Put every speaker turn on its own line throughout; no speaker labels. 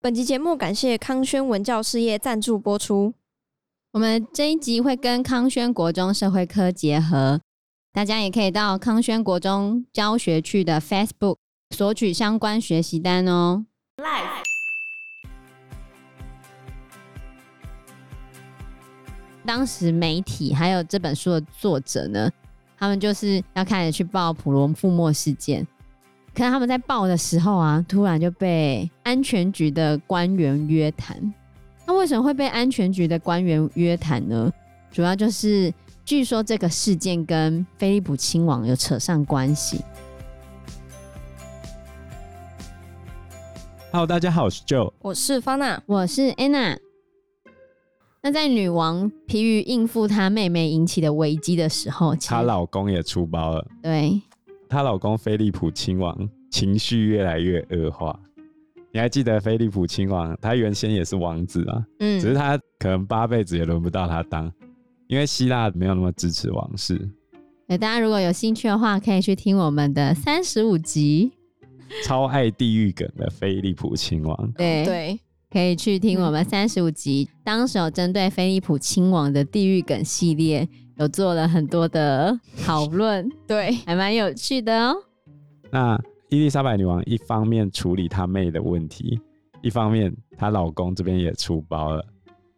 本集节目感谢康轩文教事业赞助播出。
我们这一集会跟康轩国中社会科结合，大家也可以到康轩国中教学区的 Facebook 索取相关学习单哦。当时媒体还有这本书的作者呢，他们就是要开始去报普罗富莫事件，可是他们在报的时候啊，突然就被安全局的官员约谈。那为什么会被安全局的官员约谈呢？主要就是据说这个事件跟菲利普亲王有扯上关系。
Hello，大家好，我是 Joe。
我是方娜，
我是 Anna。那在女王疲于应付她妹妹引起的危机的时候，其实
她老公也出包了，
对
她老公菲利普亲王情绪越来越恶化。你还记得菲利普亲王？他原先也是王子啊，
嗯，
只是他可能八辈子也轮不到他当，因为希腊没有那么支持王室。
对，大家如果有兴趣的话，可以去听我们的三十五集，
超爱地狱梗的菲利普亲王，
对，
哦对，
可以去听我们三十五集。当时有针对菲利普亲王的地狱梗系列，有做了很多的讨论，
对，
还蛮有趣的哦。
那伊丽莎白女王一方面处理她妹的问题，一方面她老公这边也出包了。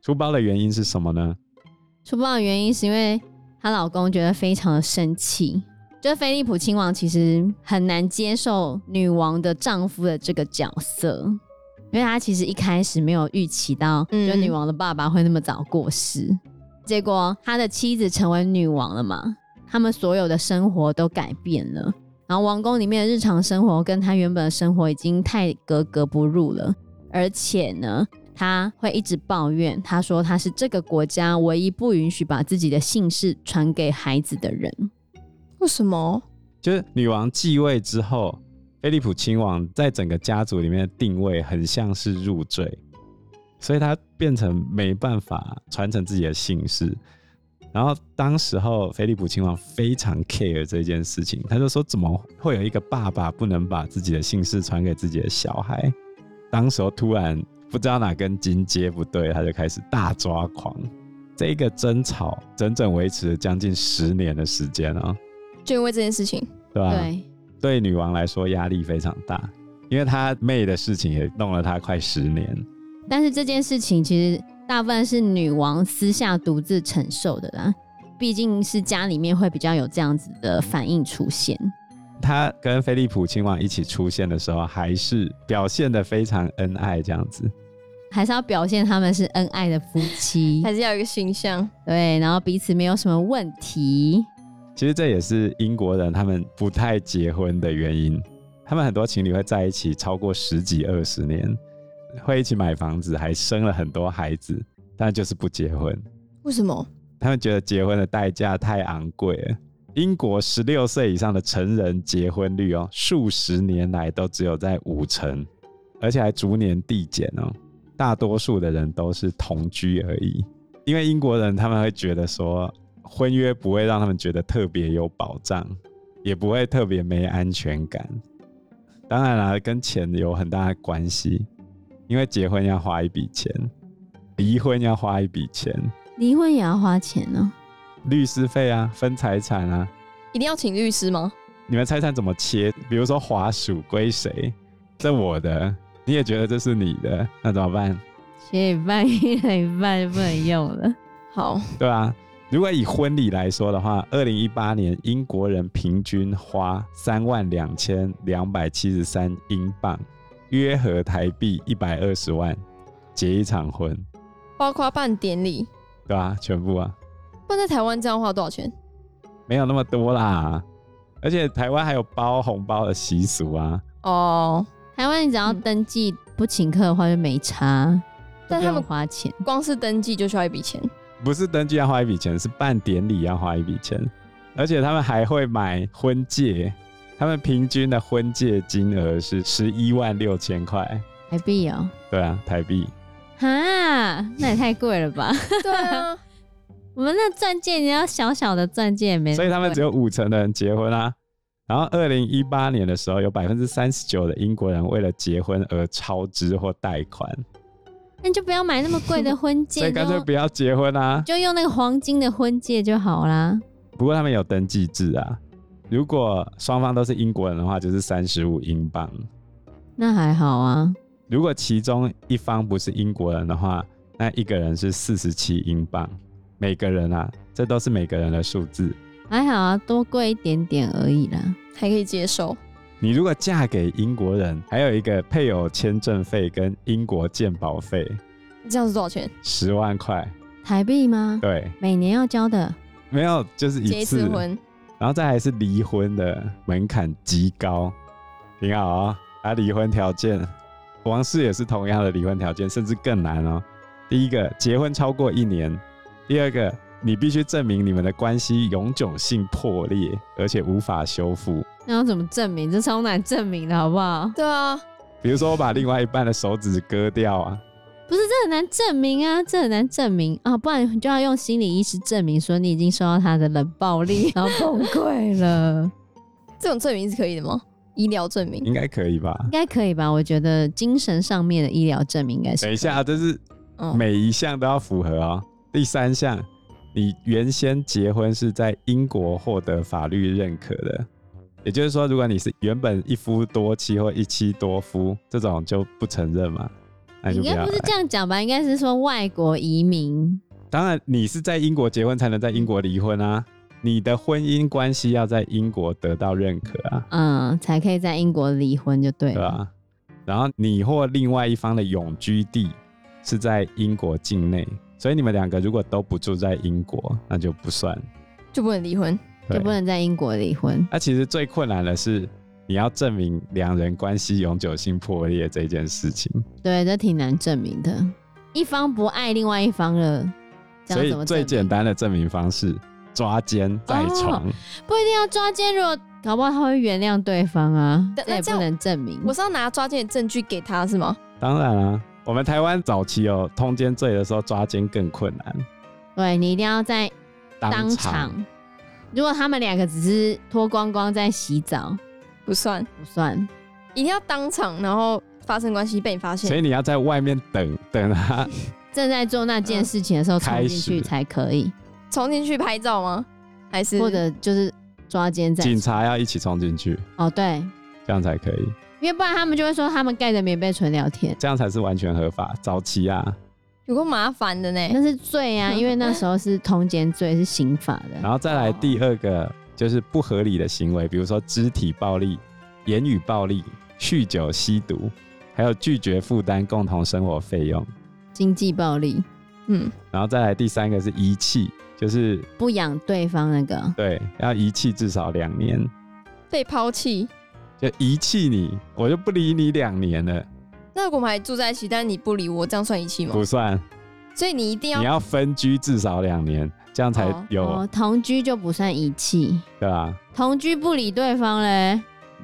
出包的原因是什么呢？
出爆的原因是因为她老公觉得非常的生气，就是菲利普亲王其实很难接受女王的丈夫的这个角色，因为他其实一开始没有预期到，
嗯
就女王的爸爸会那么早过世，结果他的妻子成为女王了嘛，他们所有的生活都改变了。然后王宫里面的日常生活跟他原本的生活已经太格格不入了，而且呢，他会一直抱怨，他说他是这个国家唯一不允许把自己的姓氏传给孩子的人。
为什么？
就是女王继位之后，菲利普亲王在整个家族里面的定位很像是入赘，所以他变成没办法传承自己的姓氏。然后当时候菲利普亲王非常 care 这件事情，他就说怎么会有一个爸爸不能把自己的姓氏传给自己的小孩？当时候突然不知道哪根筋接不对，他就开始大抓狂。这一个争吵整整维持了将近十年的时间啊、
就因为这件事情，
对吧、
对，
对女王来说压力非常大，因为她妹的事情也弄了她快十年。
但是这件事情其实大部分是女王私下独自承受的啦，毕竟是家里面会比较有这样子的反应出现。
她跟菲利普亲王一起出现的时候，还是表现得非常恩爱这样子。
还是要表现他们是恩爱的夫妻，
还是要有一个形象。
对，然后彼此没有什么问题。
其实这也是英国人他们不太结婚的原因。他们很多情侣会在一起超过十几二十年，会一起买房子，还生了很多孩子，但就是不结婚。
为什么？
他们觉得结婚的代价太昂贵了。英国十六岁以上的成人结婚率哦，数十年来都只有在五成，而且还逐年递减哦。大多数的人都是同居而已，因为英国人他们会觉得说，婚约不会让他们觉得特别有保障，也不会特别没安全感。当然啦，跟钱有很大的关系，因为结婚要花一笔钱，离婚要花一笔钱，
离婚也要花钱哦呢、
律师费啊，分财产啊，
一定要请律师吗？
你们财产怎么切？比如说华属归谁？这我的，你也觉得这是你的，那怎么办？
学一半，一半就不能用了。
好，
对啊，如果以婚礼来说的话，二零一八年英国人平均花三万两千两百七十三英镑，约合台币一百二十万，结一场婚，
包括办典礼，
对吧、全部啊，
办在台湾这样花多少钱？
没有那么多啦。而且台湾还有包红包的习俗啊，
哦，
台湾你只要登记不请客的话就没差，
但他
都不用
们
花钱。
光是登记就需要一笔钱。
不是登记要花一笔钱，是办典礼要花一笔钱，而且他们还会买婚戒，他们平均的婚戒金额是十一万六千块，
台币哦、
对啊，台币。
哈，那也太贵了吧！
对啊，
我们那钻戒，你要小小的钻戒也没那么贵，
所以他们只有五成的人结婚啊，然后，二零一八年的时候，有百分之三十九的英国人为了结婚而超支或贷款，
那你就不要买那么贵的婚
所
戒，
以干脆
就
不要结婚啊。
就用那个黄金的婚戒就好啦。
不过他们有登记制啊，如果双方都是英国人的话，就是三十五英镑；
那还好啊，
如果其中一方不是英国人的话，那一个人是四十七英镑。每个人啊，这都是每个人的数字。
还好啊，多贵一点点而已啦。
还可以接受。
你如果嫁给英国人，还有一个配偶签证费跟英国鉴保费
这样子多少钱？
十万块，
台币吗？
对，
每年要交的，
没有就是
结一
一
次
次，
婚，
然后再还是离婚的门槛极高，挺好啊、哦。他离婚条件，王室也是同样的离婚条件，甚至更难哦。第一个，结婚超过一年；第二个，你必须证明你们的关系永久性破裂，而且无法修复。
那要怎么证明？这超难证明的好不好？
对啊，
比如说，我把另外一半的手指割掉啊，
不是，这很难证明啊，这很难证明啊，不然你就要用心理医师证明说你已经受到他的冷暴力，然后崩 溃了，
这种证明是可以的吗？医疗证明
应该可以吧？
应该可以吧？我觉得精神上面的医疗证明应该是。
等一下，啊这是
哦，
每一项都要符合哦。第三项，你原先结婚是在英国获得法律认可的，也就是说，如果你是原本一夫多妻或一妻多夫这种就不承认嘛，那就
应
不
该
要
不是
来
这样讲吧？应该是说外国移民，
当然，你是在英国结婚才能在英国离婚啊，你的婚姻关系要在英国得到认可啊，
嗯，才可以在英国离婚就对
对啊
了。
吧？然后你或另外一方的永居地是在英国境内，所以你们两个如果都不住在英国，那就不算。
就不能离婚。
对
就不能在英国离婚。
那其实最困难的是，你要证明两人关系永久性破裂这件事情，
对，这挺难证明的。一方不爱另外一方了，这
所
样
以
怎么证
最
明哦
简单的证明方式抓奸在床。
不一定要抓奸，如果搞不好他会原谅对方啊，
但
这也
那这
不
样
能证明。
我是要拿抓奸的证据给他是吗？
当然啊，我们台湾早期有通奸罪的时候，抓奸更困难，
对你一定要在
当场。
如果他们两个只是脱光光在洗澡，
不算，
不算。
一定要当场，然后发生关系被你发
所
现。
以你要在外面等等啊他
正在做那件事情的时候冲
开
进
始
去才可以，
冲进去拍照吗？还是
或者就是抓奸在
警察要一起冲进去，
哦对，
这样才可以，
因为不然他们就会说他们盖着棉被纯聊天，
这样才是完全合法。早期啊，
有够麻烦的呢？
那是罪啊，因为那时候是通奸罪是刑法的
然。后再来第二个就是不合理的行为，比如说肢体暴力、言语暴力、酗酒、吸毒，还有拒绝负担共同生活费用。
经济暴力
嗯，
然后再来第三个是遗弃，就是
不养对方那个，
对要遗弃至少两年，
被抛弃。
就遗弃你，我就不理你两年了，
那如果我们还住在一起，但你不理我，这样算遗弃吗
不？算，
所以你一定
你
要
要分居至少两年，这样才
哦
有、
哦，同居就不算遗弃，
对吧？
同居不理对方嘞，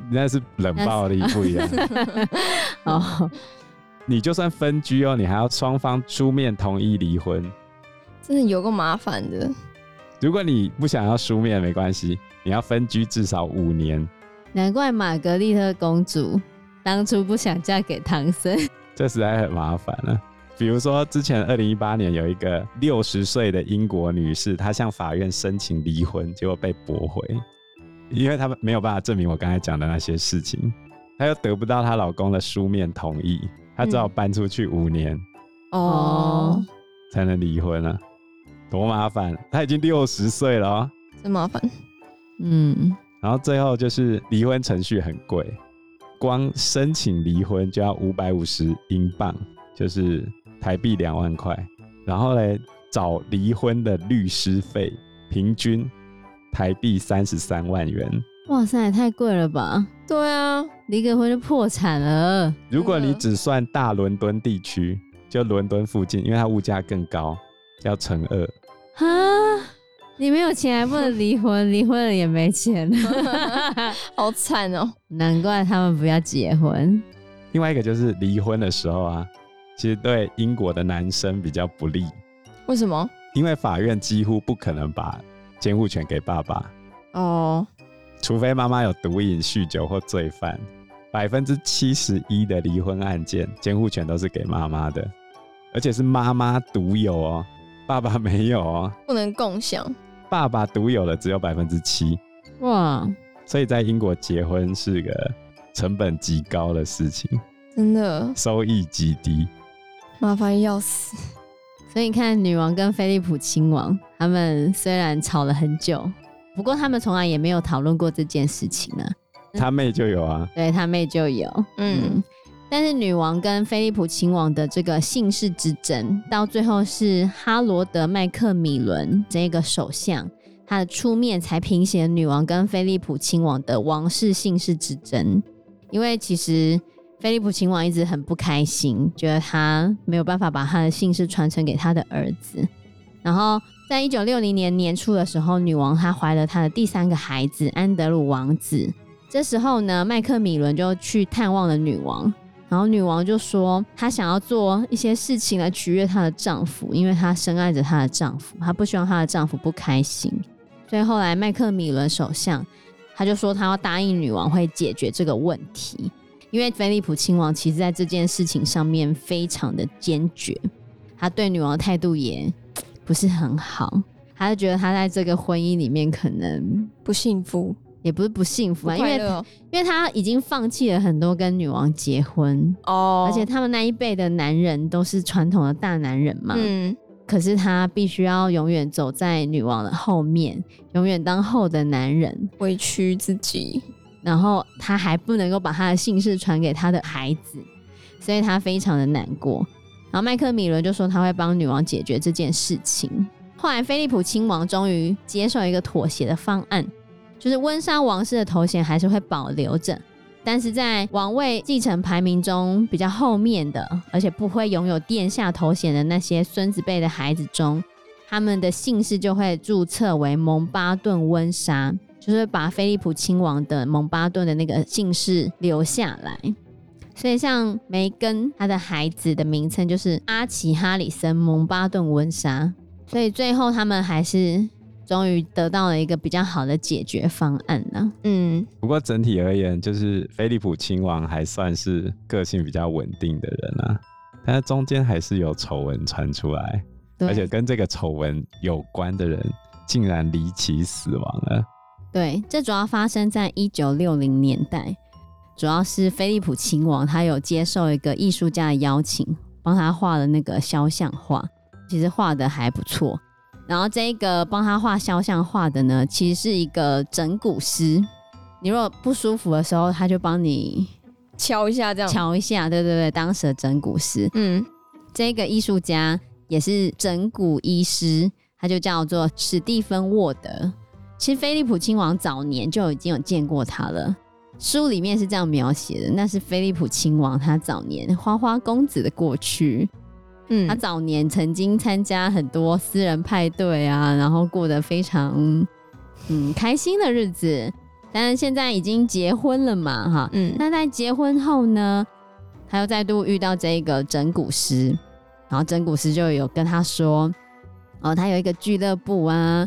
那是冷暴力不一样，嗯
哦，
你就算分居哦，你还要双方书面同意离婚。
真的有够麻烦的。
如果你不想要书面没关系，你要分居至少五年，
难怪玛格丽特公主当初不想嫁给唐僧，
这实在很麻烦了。比如说，之前二零一八年有一个六十岁的英国女士，她向法院申请离婚，结果被驳回，因为她们没有办法证明我刚才讲的那些事情，她又得不到她老公的书面同意，她只好搬出去五年
哦，
才能离婚啊，多麻烦！啊她已经六十岁了、哦，
真麻 烦。
嗯，
然后最后就是离婚程序很贵，光申请离婚就要五百五十英镑，就是台币两万块。然后嘞，找离婚的律师费平均台币三十三万元。
哇塞，也太贵了吧，
对啊，
离个婚就破产了，
如果你
真的
只算大伦敦地区，就伦敦附近，因为它物价更高，要乘二。
哈，你没有钱还不能离婚，离婚了也没钱，
好惨哦、
难怪他们不要结婚，
另外一个就是离婚的时候啊，其实对英国的男生比较不利，
为什么？
因为法院几乎不可能把监护权给爸爸。
哦，
除非妈妈有毒瘾、酗酒或罪犯。百分之七十一的离婚案件，监护权都是给妈妈的，而且是妈妈独有哦，爸爸没有哦。
不能共享。
爸爸独有的只有百分之七，
哇，
所以在英国结婚是个成本极高的事情，
真的
收益极低。
麻烦要死，
所以你看，女王跟菲利普亲王他们虽然吵了很久，不过他们从来也没有讨论过这件事情啊。
他妹就有啊，
对他妹就有，
嗯
嗯，但是女王跟菲利普亲王的这个姓氏之争，到最后是哈罗德·麦克米伦这个首相他的出面才平息了女王跟菲利普亲王的王室姓氏之争，因为其实。菲利普亲王一直很不开心，觉得他没有办法把他的姓氏传承给他的儿子。然后，在一九六零年年初的时候，女王她怀了她的第三个孩子安德鲁王子，这时候呢，麦克米伦就去探望了女王，然后女王就说她想要做一些事情来取悦她的丈夫，因为她深爱着她的丈夫，她不希望她的丈夫不开心。所以后来麦克米伦首相他就说他要答应女王会解决这个问题，因为菲利普亲王其实在这件事情上面非常的坚决，他对女王的态度也不是很好，他就觉得他在这个婚姻里面可能
不幸福，
也不是不幸福
不
啊，因
快
为
乐哦
因为他已经放弃了很多跟女王结婚，
哦，
而且他们那一辈的男人都是传统的大男人嘛。
嗯，
可是他必须要永远走在女王的后面，永远当后的男人，
委屈自己，
然后他还不能够把他的姓氏传给他的孩子，所以他非常的难过。然后麦克米伦就说他会帮女王解决这件事情。后来菲利普亲王终于接受一个妥协的方案，就是温莎王室的头衔还是会保留着，但是在王位继承排名中比较后面的，而且不会拥有殿下头衔的那些孙子辈的孩子中，他们的姓氏就会注册为蒙巴顿温莎，就是把菲利普亲王的蒙巴顿的那个姓氏留下来。所以，像梅根她的孩子的名称就是阿奇哈里森蒙巴顿温莎。所以最后他们还是终于得到了一个比较好的解决方案了。
嗯，
不过整体而言，就是菲利普亲王还算是个性比较稳定的人啊，但是中间还是有丑闻传出来，
对，
而且跟这个丑闻有关的人竟然离奇死亡了。
对，这主要发生在一九六零年代，主要是菲利普亲王他有接受一个艺术家的邀请，帮他画了那个肖像画，其实画的还不错。然后这一个帮他画肖像画的呢，其实是一个整骨师。你如果不舒服的时候，他就帮你
敲一下这样，
瞧一下，对对对，当时的整骨师。
嗯，
这个艺术家也是整骨医师，他就叫做史蒂芬沃德。其实菲利普亲王早年就已经有见过他了，书里面是这样描写的，那是菲利普亲王他早年花花公子的过去。
嗯，
他早年曾经参加很多私人派对啊，然后过得非常嗯开心的日子，但是现在已经结婚了嘛，哈，
嗯，
那在结婚后呢，他又再度遇到这个整蛊师，然后整蛊师就有跟他说，哦，他有一个俱乐部啊，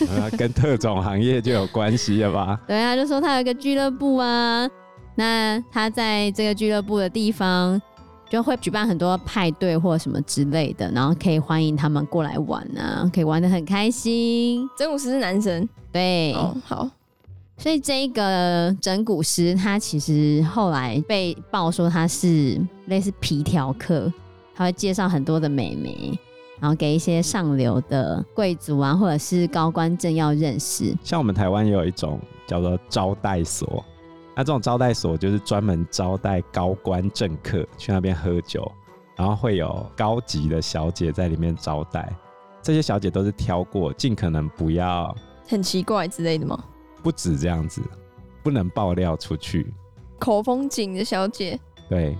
呃，跟特种行业就有关系了吧？
对啊，就说他有一个俱乐部啊，那他在这个俱乐部的地方就会举办很多派对或什么之类的，然后可以欢迎他们过来玩啊，可以玩的很开心，
真武师是男神，
对。
哦，好，
所以这一个整蛊师，他其实后来被爆说他是类似皮条客，他会介绍很多的美眉，然后给一些上流的贵族啊，或者是高官政要认识。
像我们台湾也有一种叫做招待所，那这种招待所就是专门招待高官政客去那边喝酒，然后会有高级的小姐在里面招待，这些小姐都是挑过，尽可能不要
很奇怪之类的吗？
不止这样子，不能爆料出去。
口风紧的小姐，
对，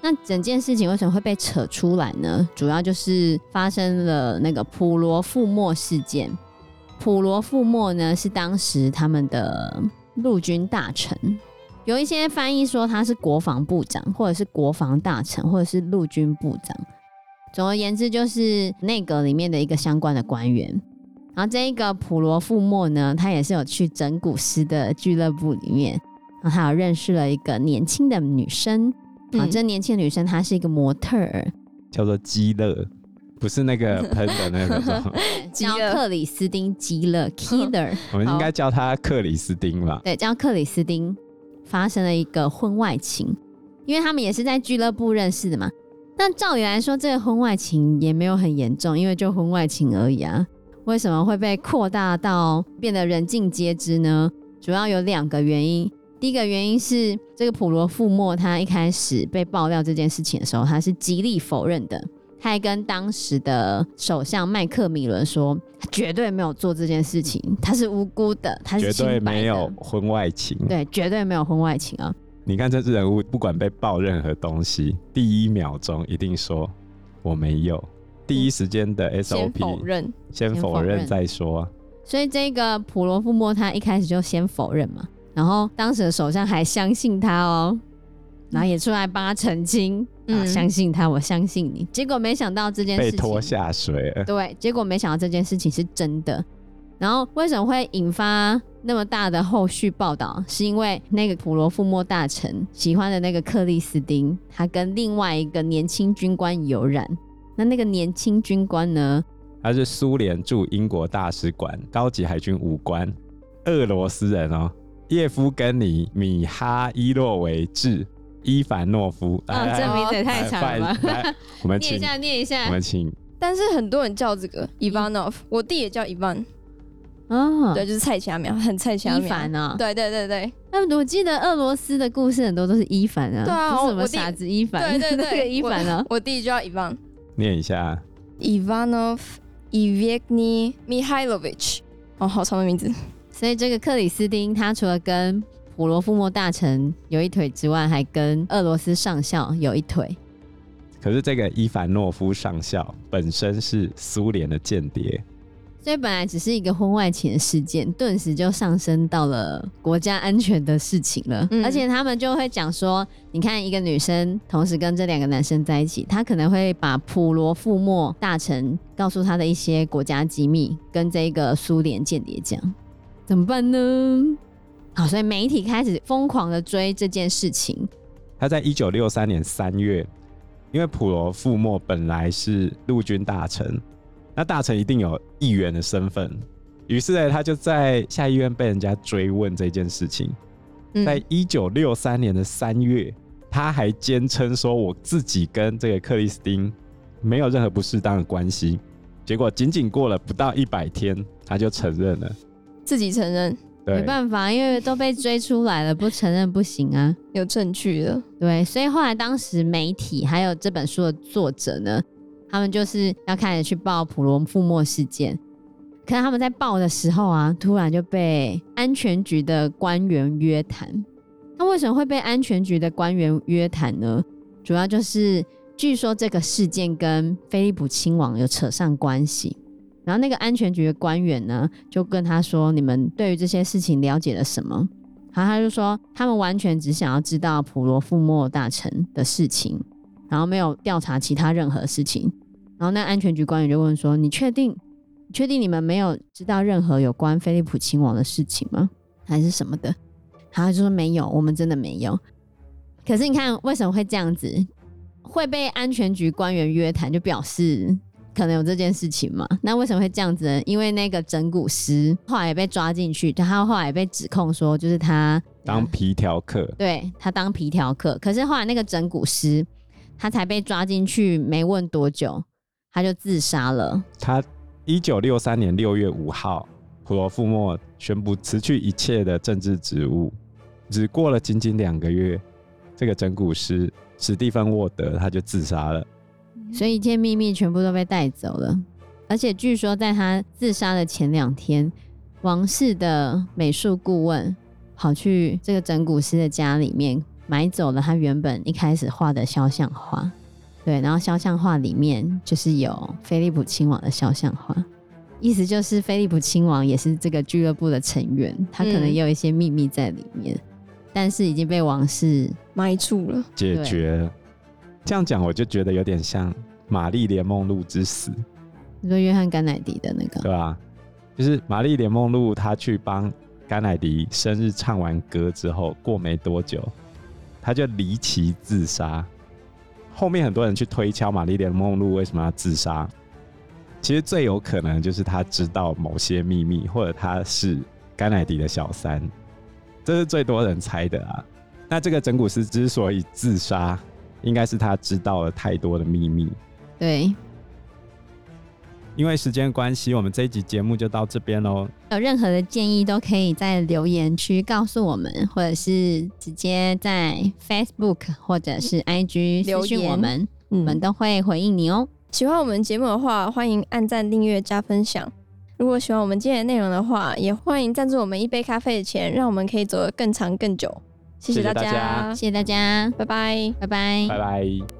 那整件事情为什么会被扯出来呢？主要就是发生了那个普罗富莫事件。普罗富莫呢是当时他们的陆军大臣，有一些翻译说他是国防部长，或者是国防大臣，或者是陆军部长。总而言之，就是内阁里面的一个相关的官员。然后这一个普罗富莫呢，他也是有去整蛊师的俱乐部里面，然后他有认识了一个年轻的女生，啊、
嗯
这年轻的女生她是一个模特儿，
叫做基勒，不是那个喷的那个叫什么，
基
叫
勒
克里斯汀基勒 Killer，
我们应该叫他克里斯汀吧？
对，叫克里斯汀发生了一个婚外情，因为他们也是在俱乐部认识的嘛。那照理来说，这个婚外情也没有很严重，因为就婚外情而已啊，为什么会被扩大到变得人尽皆知呢？主要有两个原因。第一个原因是，这个普罗富莫他一开始被爆料这件事情的时候，他是极力否认的，他还跟当时的首相麦克米伦说，他绝对没有做这件事情，他是无辜的，他
绝
是清白
对
的，
没有婚外情。
对，绝对没有婚外情啊！
你看这只人物，不管被爆任何东西，第一秒钟一定说我没有，第一时间的
先否
SOP
认，
先
先
否
否
认
认
再说。
所以这个普罗富莫他一开始就先否认嘛，然后当时的首相还相信他哦，然后也出来帮他澄清，
嗯
啊，相信他，我相信你。结果没想到这件事
被
情
拖下水了，
对，结果没想到这件事情是真的。然后为什么会引发那么大的后续报道？是因为那个普罗富莫大臣喜欢的那个克里斯汀，他跟另外一个年轻军官有染。那那个年轻军官呢，
他是苏联驻英国大使馆高级海军武官，俄罗斯人哦，叶夫根尼·米哈伊洛维治·伊凡诺夫。
啊，
来
这名字也
来
太长了
来
吧？
来我们
念
请
一下，念一下
我。们请
但是很多人叫这
嗯
个 Ivanov，我弟也叫 Ivan，
啊，
嗯
对，就是蔡佳苗，很蔡佳
伊
苗。
凡啊，
对对对对，
那我记得俄罗斯的故事很多都是伊凡啊，
对啊
不是什
我
么
我弟
傻子伊
对
凡，
对对
那个伊凡啊，
我弟就叫 Ivan。
念一下
Ivanov Ivegny Mihailovich，哦，好长的名字。
所以这个克里斯汀，他除了跟普罗富莫大臣有一腿之外，还跟俄罗斯上校有一腿。
可是这个伊凡诺夫上校本身是苏联的间谍，
所以本来只是一个婚外情的事件，顿时就上升到了国家安全的事情了。
嗯
而且他们就会讲说，你看一个女生同时跟这两个男生在一起，她可能会把普罗富莫大臣告诉他的一些国家机密，跟这个苏联间谍讲，怎么办呢？好，所以媒体开始疯狂的追这件事情。
他在一九六三年三月，因为普罗富莫本来是陆军大臣，那大臣一定有议员的身份，于是呢，他就在下议院被人家追问这件事情。在
嗯，
一九六三年的三月，他还坚称说我自己跟这个克里斯汀没有任何不适当的关系。结果仅仅过了不到一百天，他就承认了。
自己承认
没
对，
办法，因为都被追出来了，不承认不行啊。
有证据了。
对，所以后来当时媒体还有这本书的作者呢，他们就是要开始去报普罗富莫事件。可是他们在报的时候啊，突然就被安全局的官员约谈。那为什么会被安全局的官员约谈呢？主要就是据说这个事件跟菲利普亲王有扯上关系。然后那个安全局的官员呢，就跟他说：“你们对于这些事情了解了什么？”然后他就说，他们完全只想要知道普罗富莫大臣的事情，然后没有调查其他任何事情。然后那安全局官员就问说：“你确定？你确定你们没有知道任何有关菲利普亲王的事情吗？还是什么的？”然后他就说：“没有，我们真的没有。”可是你看，为什么会这样子？会被安全局官员约谈，就表示可能有这件事情嘛？那为什么会这样子呢？因为那个整蛊师后来也被抓进去，他后来也被指控说，就是他
当皮条客，
对他当皮条客，可是后来那个整蛊师他才被抓进去，没问多久他就自杀了。
他一九六三年六月五号，普罗富莫宣布辞去一切的政治职务。只过了仅仅两个月，这个整蛊师史蒂芬·沃德他就自杀了。
所以一切秘密全部都被带走了。而且据说在他自杀的前两天，王室的美术顾问跑去这个整蛊师的家里面买走了他原本一开始画的肖像画。对，然后肖像画里面就是有菲利普亲王的肖像画，意思就是菲利普亲王也是这个俱乐部的成员，他可能
嗯
也有一些秘密在里面，但是已经被王室
埋住了，
解决了。这样讲我就觉得有点像《玛丽莲梦露之死》，
你说约翰甘乃迪的那个
对吧？啊就是玛丽莲梦露她去帮甘乃迪生日唱完歌之后，过没多久，她就离奇自杀。后面很多人去推敲玛丽莲梦露为什么要自杀，其实最有可能就是她知道某些秘密，或者她是甘乃迪的小三，这是最多人猜的啊。那这个整蛊师之所以自杀，应该是他知道了太多的秘密。
对，
因为时间关系，我们这一集节目就到这边喽。
有任何的建议都可以在留言区告诉我们，或者是直接在 Facebook 或者是 IG
留
私
言
讯我们，我们
嗯，
都会回应你哦。
喜欢我们节目的话，欢迎按赞、订阅、加分享。如果喜欢我们今天的内容的话，也欢迎赞助我们一杯咖啡的钱，让我们可以走得更长更久。谢
谢谢
大
大家
谢谢大家，
拜拜。
拜拜，
拜拜。